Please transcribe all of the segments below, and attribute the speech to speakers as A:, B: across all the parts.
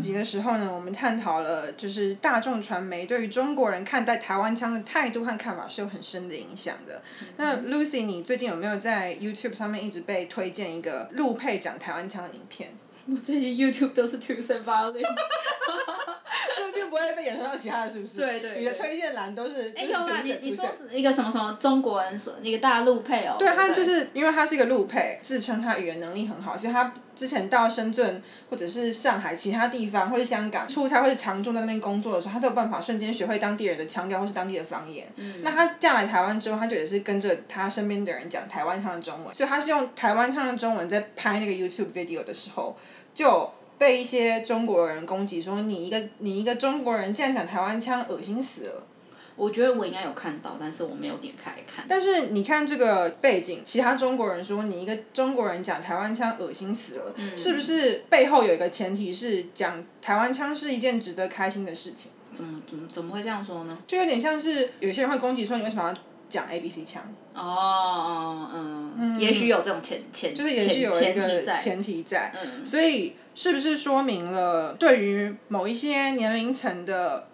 A: 集的时候呢，我们探讨了就是大众传媒对于中国人看待台湾腔的态度和看法是有很深的影响的。
B: 嗯
A: 那 Lucy，你最近有没有在 YouTube 上面一直被推荐一个陆配讲台湾腔的影片？
B: 我最近 YouTube 都是 t u s a n Violin。
A: 这并不会被衍生到其他的，是不是？
B: 对对对
A: 你的推荐栏都是。
B: 哎，
A: 就是
B: 有啦，
A: 就是
B: 你你说
A: 就是
B: 是一个什么什么中国人说一个大陆配哦？
A: 对他
B: 不
A: 就是因为他是一个陆配，自称他语言能力很好，所以他之前到深圳或者是上海其他地方或是香港出差或是常住在那边工作的时候，他都有办法瞬间学会当地人的腔调或是当地的方言。那他嫁来台湾之后，他就也是跟着他身边的人讲台湾腔的中文，所以他是用台湾腔的中文在拍那个 YouTube video 的时候，就被一些中国人攻击说你一个你一个中国人竟然讲台湾腔，恶心死了。
B: 我觉得我应该有看到，但是我没有点开来看。
A: 但是你看这个背景，其他中国人说你一个中国人讲台湾腔恶心死了，
B: 嗯
A: 是不是背后有一个前提是讲台湾腔是一件值得开心的事情？
B: 怎么嗯怎么怎么会这样说呢？
A: 就有点像是有些人会攻击说你为什么要讲 A B C 腔，
B: 哦哦嗯，也许有这种前前
A: 就是也是有一
B: 前前
A: 个
B: 提在。
A: 前提在，
B: 嗯
A: 所以是不是说明了对于某一些年龄层的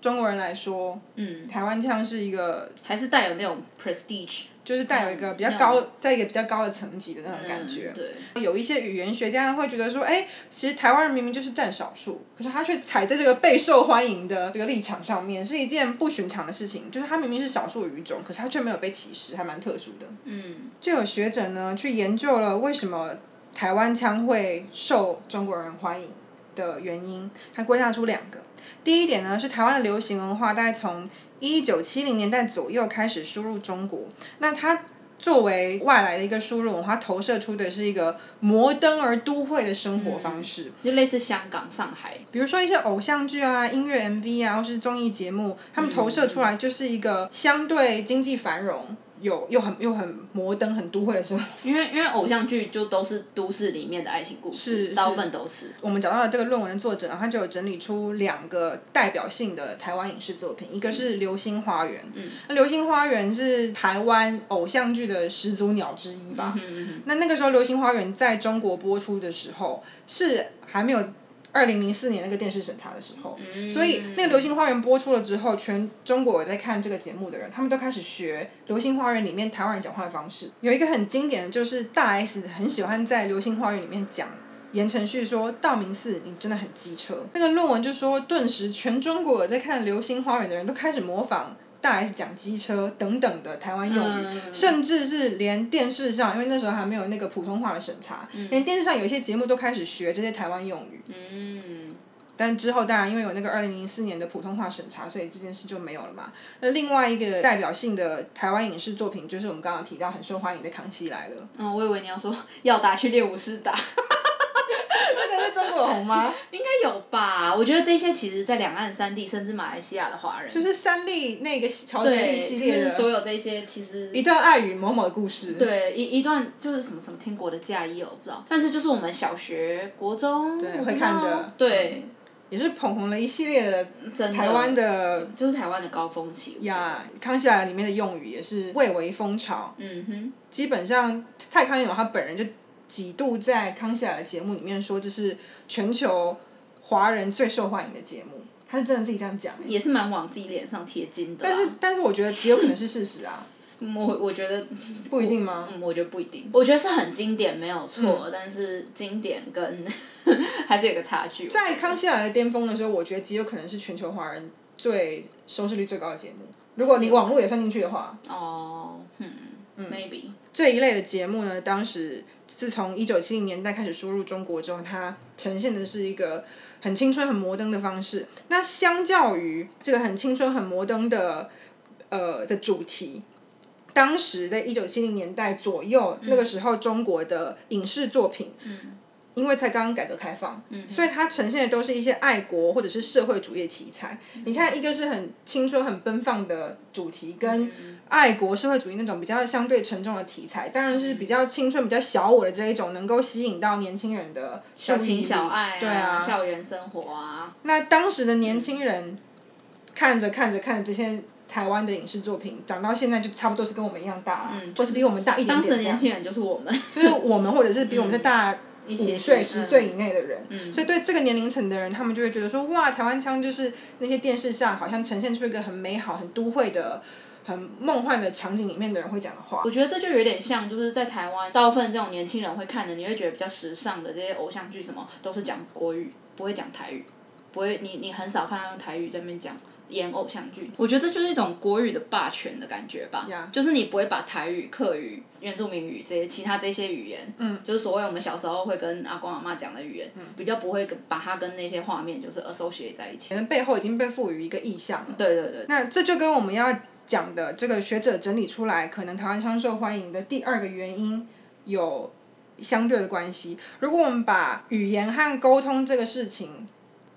A: 中国人来说，
B: 嗯，
A: 台湾腔是一个
B: 还是带有那种 prestige
A: 就是带有一个比较
B: 嗯
A: 高，在一个比较高的层级的那种
B: 嗯
A: 感觉。
B: 对，
A: 有一些语言学家会觉得说，哎，其实台湾人明明就是占少数，可是他却踩在这个备受欢迎的这个立场上面，是一件不寻常的事情。就是他明明是少数语种，可是他却没有被歧视，还蛮特殊的。
B: 嗯
A: 就有学者呢去研究了为什么台湾腔会受中国人欢迎的原因，还归纳出两个。第一点呢是台湾的流行文化大概从一九七零年代左右开始输入中国，那它作为外来的一个输入文化，它投射出的是一个摩登而都会的生活方式。
B: 就类似香港、上海，
A: 比如说一些偶像剧啊、音乐 MV 啊，或是综艺节目，他们投射出来就是一个相对经济繁荣、有又很又很摩登、很都会的生活。
B: 因为因为偶像剧就都是都市里面的爱情故
A: 是是
B: 事，大部分都是。
A: 我们找到了这个论文的作者，然后他就有整理出两个代表性的台湾影视作品，一个是《流星花园》，
B: 嗯
A: 那《流星花园》是台湾偶像剧的始祖鸟之一吧。
B: 嗯
A: 那那个时候，《流星花园》在中国播出的时候是还没有。二零零四年那个电视审查的时候，
B: 嗯
A: 所以那个《流星花园》播出了之后，全中国有在看这个节目的人，他们都开始学《流星花园》里面台湾人讲话的方式。有一个很经典的就是大 S 很喜欢在《流星花园》里面讲言承旭说：“道明寺，你真的很机车。”那个论文就说，顿时全中国有在看《流星花园》的人都开始模仿大 S 讲机车等等的台湾用语，
B: 嗯
A: 甚至是连电视上，因为那时候还没有那个普通话的审查，连电视上有一些节目都开始学这些台湾用语。
B: 嗯
A: 但之后当然因为有那个二零零四年的普通话审查，所以这件事就没有了嘛。那另外一个代表性的台湾影视作品，就是我们刚刚提到很受欢迎的《康熙来了》，
B: 嗯，我以为你要说要打去练武师打，
A: 那个在中国有红 吗？
B: 应该有吧？我觉得这些其实，在两岸三地甚至马来西亚的华人，
A: 就是三立那个乔杰利系
B: 对，
A: 列
B: 就
A: 的
B: 是所有这些其实
A: 一段爱与某某的故事。，
B: 对一一段就是什么什么天国的嫁衣哦，我不知道，但是就是我们小学、国中
A: 对
B: 我不
A: 会
B: 知道
A: 看的
B: 对，
A: 也是捧红了一系列的
B: 真的
A: 台湾的
B: 就是台湾的高峰期
A: 呀，《康熙来了》里面的用语也是蔚为风潮。
B: 嗯哼，
A: 基本上，蔡康永他本人就几度在《康熙来了》节目里面说，这是全球华人最受欢迎的节目。他是真的自己这样讲欸、
B: 也是蛮往自己脸上贴金的啦。
A: 但是，但是我觉得也有可能是事实啊，
B: 嗯我我觉得
A: 不一定吗？嗯
B: 嗯，我觉得不一定。我觉得是很经典，没有错，但是经典跟 还是有个差距。
A: 在康熙来的巅峰的时候，我觉得极有可能是全球华人最收视率最高的节目。如果你网络也算进去的话，
B: 哦，嗯 m a y b e
A: 这一类的节目呢，当时自从一九七零年代开始输入中国之后，它呈现的是一个很青春、很摩登的方式。那相较于这个很青春、很摩登的呃的主题。当时在一九七零年代左右，
B: 嗯
A: 那个时候中国的影视作品，因为才刚刚改革开放，
B: 嗯
A: 所以它呈现的都是一些爱国或者是社会主义的题材。
B: 嗯
A: 你看，一个是很青春、很奔放的主题，
B: 嗯
A: 跟爱国社会主义那种比较相对沉重的题材，当然
B: 嗯
A: 是比较青春、比较小我的这一种，能够吸引到年轻人的小
B: 小情小爱
A: 嗯对啊，
B: 校园生活啊，
A: 那当时的年轻人看着看着看着这些台湾的影视作品，长到现在就差不多是跟我们一样大了，
B: 嗯
A: 或是比我们大一点
B: 当时的
A: 点这
B: 年
A: 样。
B: 轻人就是我们。
A: 就是我们，或者是比我们再大
B: 一
A: 五
B: 些
A: 岁、
B: 嗯
A: 十岁以内的人，
B: 嗯
A: 所以对这个年龄层的人，他们就会觉得说，哇，台湾腔就是那些电视上好像呈现出一个很美好、很都会的、很梦幻的场景里面的人会讲的话
B: 我。觉得这就有点像，就是在台湾，大部分这种年轻人会看的，你会觉得比较时尚的这些偶像剧什么，都是讲国语，不会讲台语，不会，你你很少看到用台语在那边讲演偶像剧。我觉得这就是一种国语的霸权的感觉吧
A: Yeah
B: 就是你不会把台语、客语、原住民语这些其他这些语言，
A: 嗯
B: 就是所谓我们小时候会跟阿公阿妈讲的语言，比较不会跟把它跟那些画面就是 associate 在一起
A: 可。能背后已经被赋予一个意象了。
B: 对对对，
A: 那这就跟我们要讲的这个学者整理出来，可能台湾腔受欢迎的第二个原因有相对的关系。如果我们把语言和沟通这个事情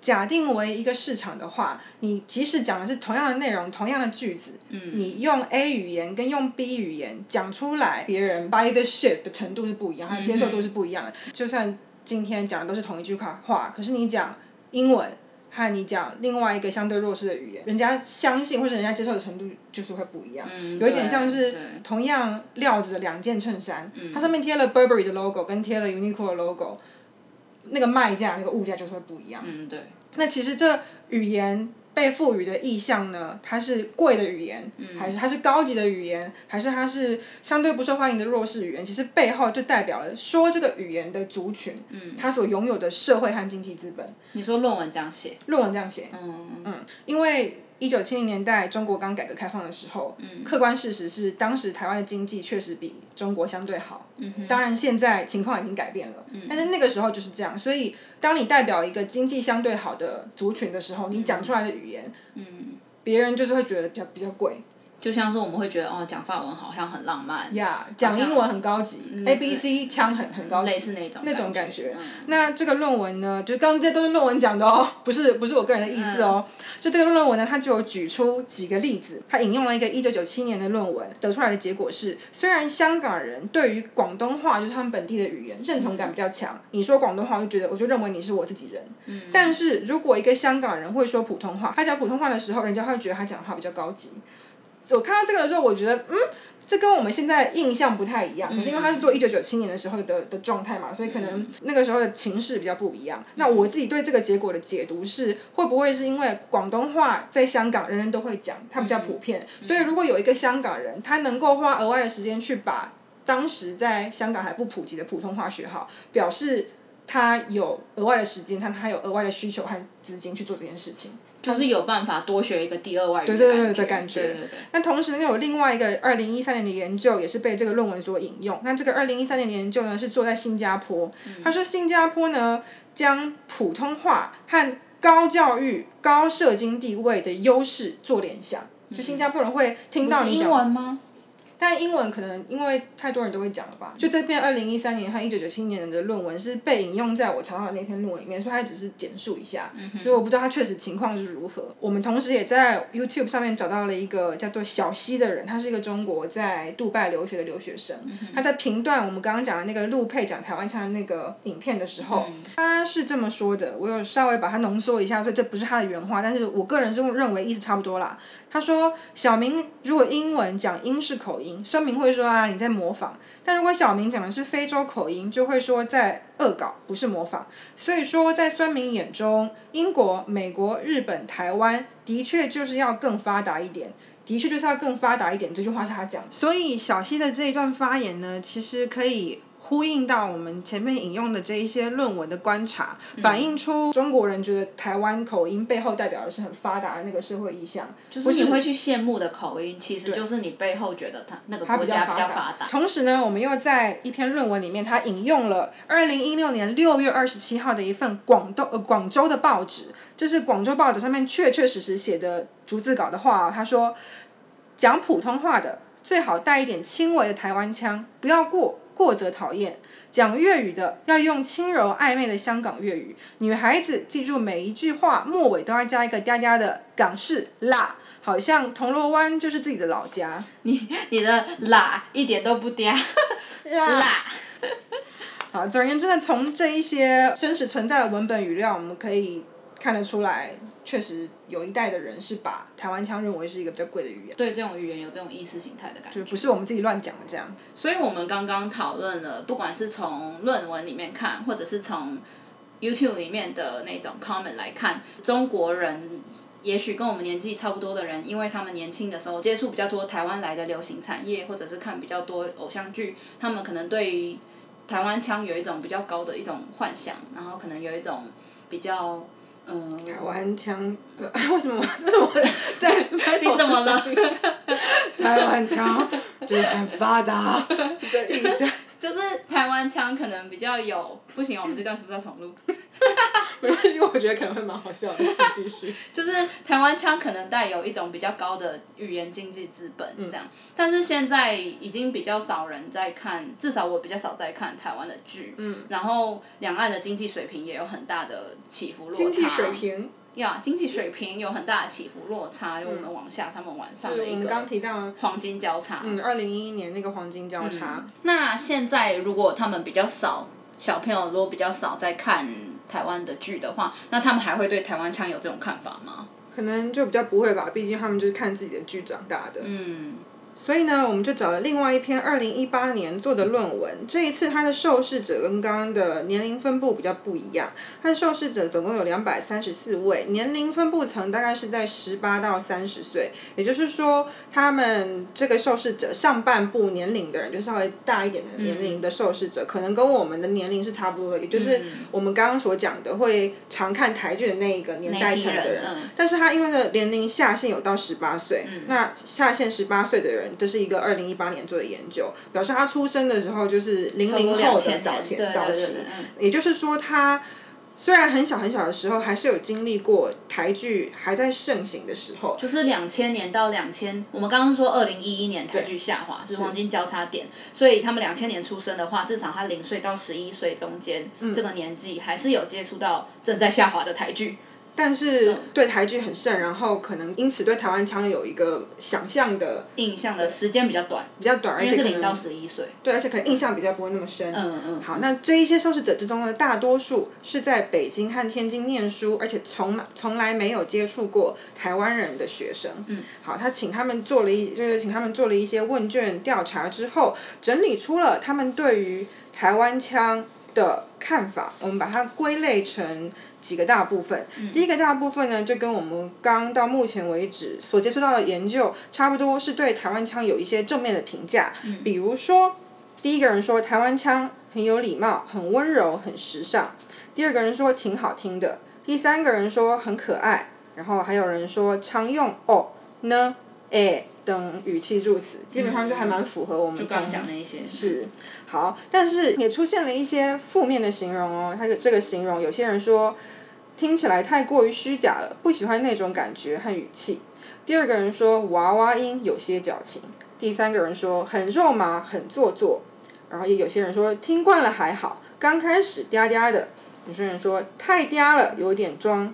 A: 假定为一个市场的话，你即使讲的是同样的内容、同样的句子，你用 A 语言跟用 B 语言讲出来，别人 buy the shit 的程度是不一样，它的接受度是不一样的。就算今天讲的都是同一句话话，可是你讲英文。和你讲另外一个相对弱势的语言，人家相信或者人家接受的程度就是会不一样。
B: 嗯，
A: 有一点像
B: 对
A: 是
B: 对
A: 同样料子的两件衬衫，它上面贴了 Burberry 的 logo，跟贴了 Uniqlo 的 logo，那个卖价、那个物价就是会不一样。
B: 嗯对，
A: 那其实这语言被赋予的意象呢，它是贵的语言，
B: 嗯
A: 还是它是高级的语言，还是它是相对不受欢迎的弱势语言？其实背后就代表了说这个语言的族群，
B: 嗯
A: 它所拥有的社会和经济资本。
B: 你说论文这样写，
A: 论文这样写，
B: 嗯嗯
A: 因为一九七零年代中国刚改革开放的时候，
B: 嗯
A: 客观事实是当时台湾的经济确实比中国相对好。
B: 嗯
A: 当然，现在情况已经改变了，但是那个时候就是这样。所以，当你代表一个经济相对好的族群的时
B: 嗯
A: 候，你讲出来的语言，别人就是会觉得比较比较贵
B: 就像是我们会觉得哦，讲法文好像很浪漫
A: 呀啊讲英文很高级、a B C 腔很很高级，
B: 嗯类似那种
A: 那种
B: 感
A: 感觉。
B: 嗯
A: 那这个论文呢，就刚刚这都是论文讲的哦，不是不是我个人的意思哦。就这个论文呢，它就有举出几个例子，它引用了一个一九九七年的论文，得出来的结果是，虽然香港人对于广东话就是他们本地的语言认同感比较强，你说广东话，我就觉得我就认为你是我自己人。但是如果一个香港人会说普通话，他讲普通话的时候，人家会觉得他讲的话比较高级。我看到这个的时候，我觉得嗯，这跟我们现在印象不太一样。可是因为他是做一九九七年的时候的的状态嘛，所以可能那个时候的情势比较不一样。那我自己对这个结果的解读是，会不会是因为广东话在香港人人都会讲，它比较普遍，所以如果有一个香港人，他能够花额外的时间去把当时在香港还不普及的普通话学好，表示。他有额外的时间，他他有额外的需求和资金去做这件事情。
B: 就是有办法多学一个第二外语
A: 对
B: 的
A: 对对
B: 觉
A: 的感觉
B: 对对对
A: 那同时呢，有另外一个二零一三年的研究也是被这个论文所引用。那这个二零一三年的研究呢，是做在新加坡。
B: 嗯
A: 他说，新加坡呢将普通话和高教育、高社经地位的优势做联想，就新加坡人会听到
B: 嗯是
A: 你
B: 英
A: 讲
B: 文吗？
A: 但英文可能因为太多人都会讲了吧，就这篇二零一三年和一九九七年的论文是被引用在我查到的那篇论文里面，所以它只是简述一下，所以我不知道它确实情况是如何。我们同时也在 YouTube 上面找到了一个叫做小西的人，他是一个中国在杜拜留学的留学生，他在评断我们刚刚讲的那个陆佩讲台湾腔的那个影片的时候，他是这么说的，我有稍微把它浓缩一下，所以这不是他的原话，但是我个人是认为意思差不多啦。他说：“小明如果英文讲英式口音，孙明会说啊你在模仿；但如果小明讲的是非洲口音，就会说在恶搞，不是模仿。所以说，在孙明眼中，英国、美国、日本、台湾的确就是要更发达一点。”的确就是要更发达一点，这句话是他讲的。所以小溪的这一段发言呢，其实可以呼应到我们前面引用的这一些论文的观察，
B: 嗯
A: 反映出中国人觉得台湾口音背后代表的是很发达的那个社会意向，
B: 就
A: 不
B: 是你会去羡慕的口音，其实就是你背后觉得他那个
A: 它
B: 国
A: 比较
B: 家比较
A: 发
B: 发达。
A: 同时呢，我们又在一篇论文里面，他引用了二零一六年六月二十七号的一份广东呃广州的报纸，这是广州报纸上面确确实实写的逐字稿的话、哦，他说讲普通话的最好带一点轻微的台湾腔，不要过过则讨厌。讲粤语的要用轻柔暧昧的香港粤语，女孩子记住每一句话末尾都要加一个嗲嗲的港式辣，好像铜锣湾就是自己的老家。
B: 你 的啦一点都不嗲，
A: 啊
B: 啦，
A: 好，总而言之呢，从这一些真实存在的文本语料，我们可以看得出来，确实有一代的人是把台湾腔认为是一个比较贵的语言，
B: 对这种语言有这种意识形态的感觉
A: 就。不是我们自己乱讲的这样。
B: 所以我们刚刚讨论了，不管是从论文里面看，或者是从 YouTube 里面的那种 comment 来看，中国人也许跟我们年纪差不多的人，因为他们年轻的时候接触比较多台湾来的流行产业，或者是看比较多偶像剧，他们可能对于台湾腔有一种比较高的一种幻想，然后可能有一种比较。嗯，
A: 台湾腔，呃 为什么我为什么我在
B: 你 怎么了？
A: 台湾腔就是很发 达的印象，
B: 就是台湾腔可能比较有，不行，我们这段是不是要重录？
A: 没关系，我觉得可能会蛮好笑的，请继 续。
B: 就是台湾腔可能带有一种比较高的语言经济资本
A: 嗯
B: 这样，但是现在已经比较少人在看，至少我比较少在看台湾的剧，
A: 嗯
B: 然后两岸的经济水平也有很大的起伏落差，
A: 经济水平，嗯
B: 呀经济水平有很大的起伏落差，有我们往下，他们往上
A: 就是
B: 的
A: 我
B: 一
A: 们刚
B: 个
A: 提到，
B: 黄金交叉，
A: 嗯，啊二零一一年那个黄金交叉，
B: 那现在如果他们比较少，小朋友如果比较少在看台湾的剧的话，那他们还会对台湾腔有这种看法吗？
A: 可能就比较不会吧，毕竟他们就是看自己的剧长大的。
B: 嗯，
A: 所以呢，我们就找了另外一篇二零一八年做的论文。这一次它的受试者跟刚刚的年龄分布比较不一样，它的受试者总共有两百三十四位，年龄分布层大概是在十八到三十岁，也就是说，他们这个受试者上半部年龄的人，就是稍微大一点的年龄的受试者，可能跟我们的年龄是差不多的，也就是我们刚刚所讲的会常看台剧的那一个年代层的人。
B: 那一批人嗯
A: 但是他因为的年龄下限有到十八岁，
B: 嗯
A: 那下限十八岁的人，这是一个二零一八年做的研究，表示他出生的时候就是零零后的早前
B: 对对
A: 早期
B: 对对，嗯
A: 也就是说他。虽然很小很小的时候，还是有经历过台剧还在盛行的时候，
B: 就是两千年到两千，我们刚刚说二零一一年台剧下滑是黄金交叉点，所以他们两千年出生的话，至少他零岁到十一岁中间、
A: 嗯
B: 这个年纪还是有接触到正在下滑的台剧。
A: 但
B: 嗯
A: 是对台剧很盛，然后可能因此对台湾腔有一个想象的
B: 印象的时间比较短，
A: 比较短，而
B: 因
A: 且
B: 为是
A: 可
B: 零到
A: 能
B: 十一岁。
A: 对，而且可能印象比较不会那么深。
B: 嗯嗯。
A: 好，那这一些受试者之中呢，大多数是在北京和天津念书，而且从从来没有接触过台湾人的学生。嗯，好，他请他们做了一，就是请他们做了一些问卷调查之后，整理出了他们对于台湾腔的看法，我们把它归类成。几个大部分，第一个大部分呢，就跟我们刚到目前为止所接触到的研究差不多，是对台湾腔有一些正面的评价，比如说第一个人说台湾腔很有礼貌、很温柔、很时尚；第二个人说挺好听的；第三个人说很可爱；然后还有人说常用哦、呢、哎、等语气助词，基本上就还蛮符合我们
B: 就刚刚讲那一些
A: 是好，但是也出现了一些负面的形容哦。它的这个形容，有些人说听起来太过于虚假了，不喜欢那种感觉和语气。第二个人说娃娃音有些矫情，第三个人说很肉麻、很做作，然后也有些人说听惯了还好，刚开始嗲嗲的，有些人说太嗲了，有点装，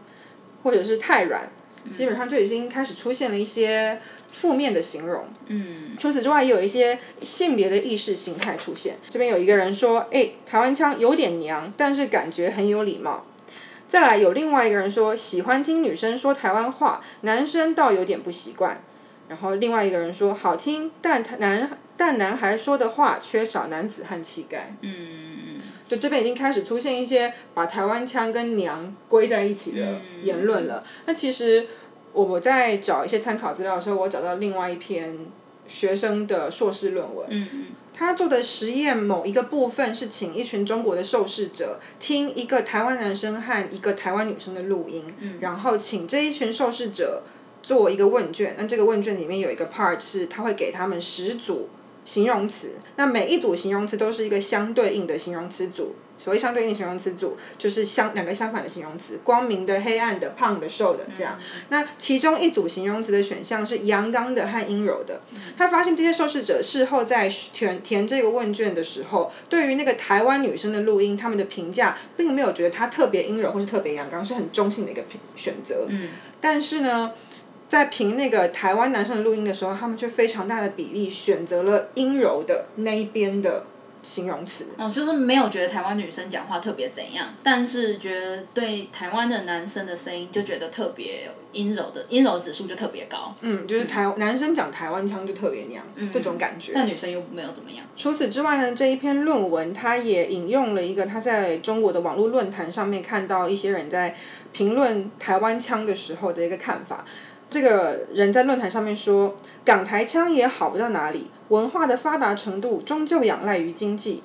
A: 或者是太软，基本上就已经开始出现了一些负面的形容。
B: 嗯，
A: 除此之外，也有一些性别的意识形态出现。这边有一个人说：“哎、台湾腔有点娘，但是感觉很有礼貌。”再来有另外一个人说：“喜欢听女生说台湾话，男生倒有点不习惯。”然后另外一个人说：“好听，但台男但男孩说的话缺少男子汉气概。”
B: 嗯，
A: 就这边已经开始出现一些把台湾腔跟娘归在一起
B: 嗯
A: 的言论了。那其实我我在找一些参考资料的时候，我找到另外一篇学生的硕士论文，
B: 嗯嗯，
A: 他做的实验某一个部分是请一群中国的受试者听一个台湾男生和一个台湾女生的录音，
B: 嗯
A: 然后请这一群受试者做一个问卷。那这个问卷里面有一个 part 是他会给他们十组形容词，那每一组形容词都是一个相对应的形容词组。所谓相对应的形容词组，就是相两个相反的形容词，光明的、黑暗的、胖的、瘦的这样。那其中一组形容词的选项是阳刚的和阴柔的。他发现这些受试者事后在填填这个问卷的时候，对于那个台湾女生的录音，他们的评价并没有觉得她特别阴柔或是特别阳刚，是很中性的一个评选择。
B: 嗯
A: 但是呢，在评那个台湾男生的录音的时候，他们却非常大的比例选择了阴柔的那一边的形容词。
B: 我哦就是没有觉得台湾女生讲话特别怎样，但是觉得对台湾的男生的声音就觉得特别阴柔的阴柔指数就特别高，
A: 嗯，就是台男生讲台湾腔就特别娘，这种感觉。
B: 但女生又没有怎么样。
A: 除此之外呢，这一篇论文他也引用了一个他在中国的网络论坛上面看到一些人在评论台湾腔的时候的一个看法。这个人在论坛上面说，港台腔也好不到哪里，文化的发达程度终究仰赖于经济。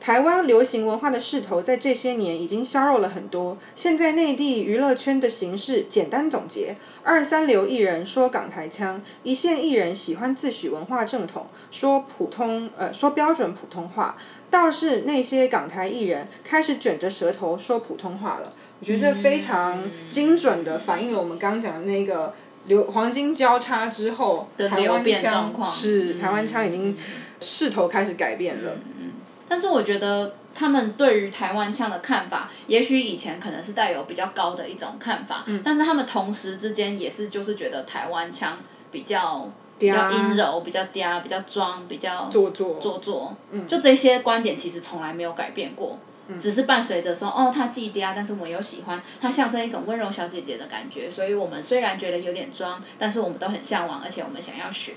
A: 台湾流行文化的势头在这些年已经削弱了很多，现在内地娱乐圈的形势，简单总结：二三流艺人说港台腔，一线艺人喜欢自诩文化正统，说普通呃说标准普通话，倒是那些港台艺人开始卷着舌头说普通话了。我觉得这非常精准的反映了我们刚刚讲的那个流黄金交叉之后，台
B: 流
A: 湾
B: 变状
A: 腔
B: 况
A: 是
B: 嗯
A: 台湾腔已经势头开始改变了。
B: 但是我觉得他们对于台湾腔的看法，也许以前可能是带有比较高的一种看法，
A: 嗯
B: 但是他们同时之间也是就是觉得台湾腔比较比较阴柔、比较嗲、比较装、比较
A: 做作
B: 做作，
A: 嗯
B: 就这些观点其实从来没有改变过。只是伴随着说，哦，她既嗲，但是我又喜欢，她象征一种温柔小姐姐的感觉，所以我们虽然觉得有点装，但是我们都很向往，而且我们想要学，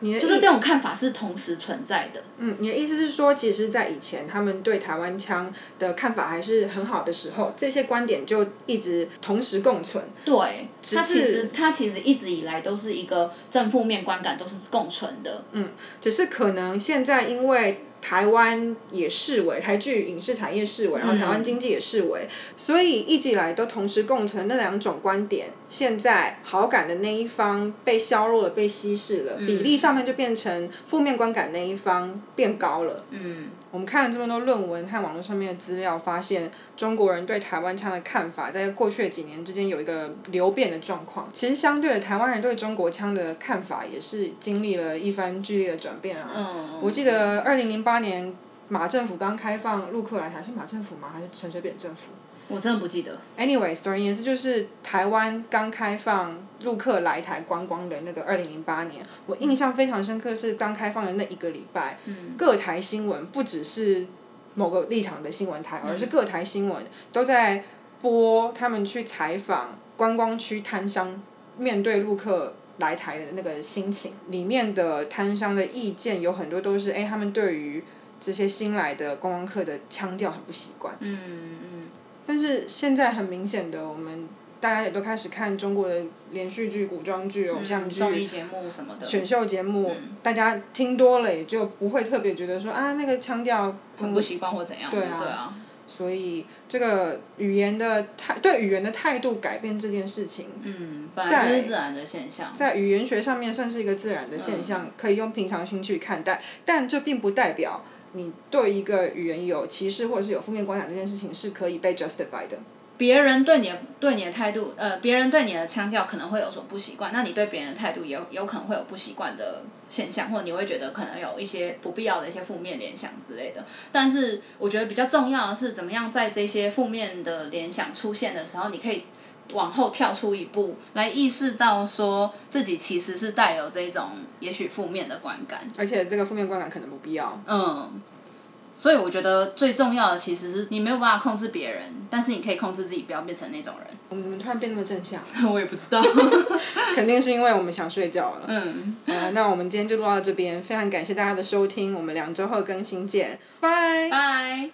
A: 就
B: 就是这种看法是同时存在的。
A: 嗯，你的意思是说，其实，在以前他们对台湾腔的看法还是很好的时候，这些观点就一直同时共存。
B: 对，它其
A: 是
B: 实它其实一直以来都是一个正负面观感都是共存的，
A: 嗯只是可能现在因为台湾也视为台剧影视产业视为，然后台
B: 嗯
A: 湾经济也视为，所以一直以来都同时共存那两种观点。现在好感的那一方被削弱了，被稀释
B: 嗯
A: 了，比例上面就变成负面观感那一方变高了。
B: 嗯，
A: 我们看了这么多论文和网络上面的资料，发现中国人对台湾腔的看法，在过去的几年之间有一个流变的状况。其实相对的，台湾人对中国腔的看法也是经历了一番剧烈的转变啊。
B: 嗯
A: 我记得二零零八年马政府刚开放陆客来台，是马政府吗？还是陈水扁政府
B: 我真的不记得，
A: ？Anyway，总而言之，就是台湾刚开放陆客来台观光的那个二零零八年，我印象非常深刻，是刚开放的那一个礼拜，
B: 嗯，
A: 各台新闻不只是某个立场的新闻
B: 嗯
A: 台，而是各台新闻都在播他们去采访观光区摊商面对陆客来台的那个心情。里面的摊商的意见有很多都是，哎，他们对于这些新来的观光客的腔调很不习惯。
B: 嗯嗯，
A: 但是现在很明显的，我们大家也都开始看中国的连续剧、古装剧、偶像剧、
B: 嗯综艺节目什么的，
A: 选秀节目，大家听多了也就不会特别觉得说啊那个腔调
B: 很
A: 跟
B: 不
A: 我，
B: 习惯或怎样的，
A: 对
B: 对
A: 啊
B: 啊，
A: 所以这个语言的态对语言的态度改变这件事情，
B: 嗯，本来就是自然的现象，
A: 在语言学上面算是一个自然的现象，可以用平常心去看待，但这并不代表你对一个语言有歧视或者是有负面观感这件事情是可以被 justify 的。
B: 别人对你的对你的态度，呃，别人对你的腔调可能会有所不习惯，那你对别人的态度也有有可能会有不习惯的现象，或者你会觉得可能有一些不必要的一些负面联想之类的。但是我觉得比较重要的是，怎么样在这些负面的联想出现的时候，你可以往后跳出一步，来意识到说自己其实是带有这种也许负面的观感。
A: 而且这个负面观感可能不必要。
B: 嗯，所以我觉得最重要的其实是你没有办法控制别人，但是你可以控制自己，不要变成那种人。
A: 我们怎么突然变那么正向？
B: 我也不知道。
A: 肯定是因为我们想睡觉了。
B: 嗯，
A: 呃，那我们今天就录到这边，非常感谢大家的收听，我们两周后更新见，拜。
B: 拜。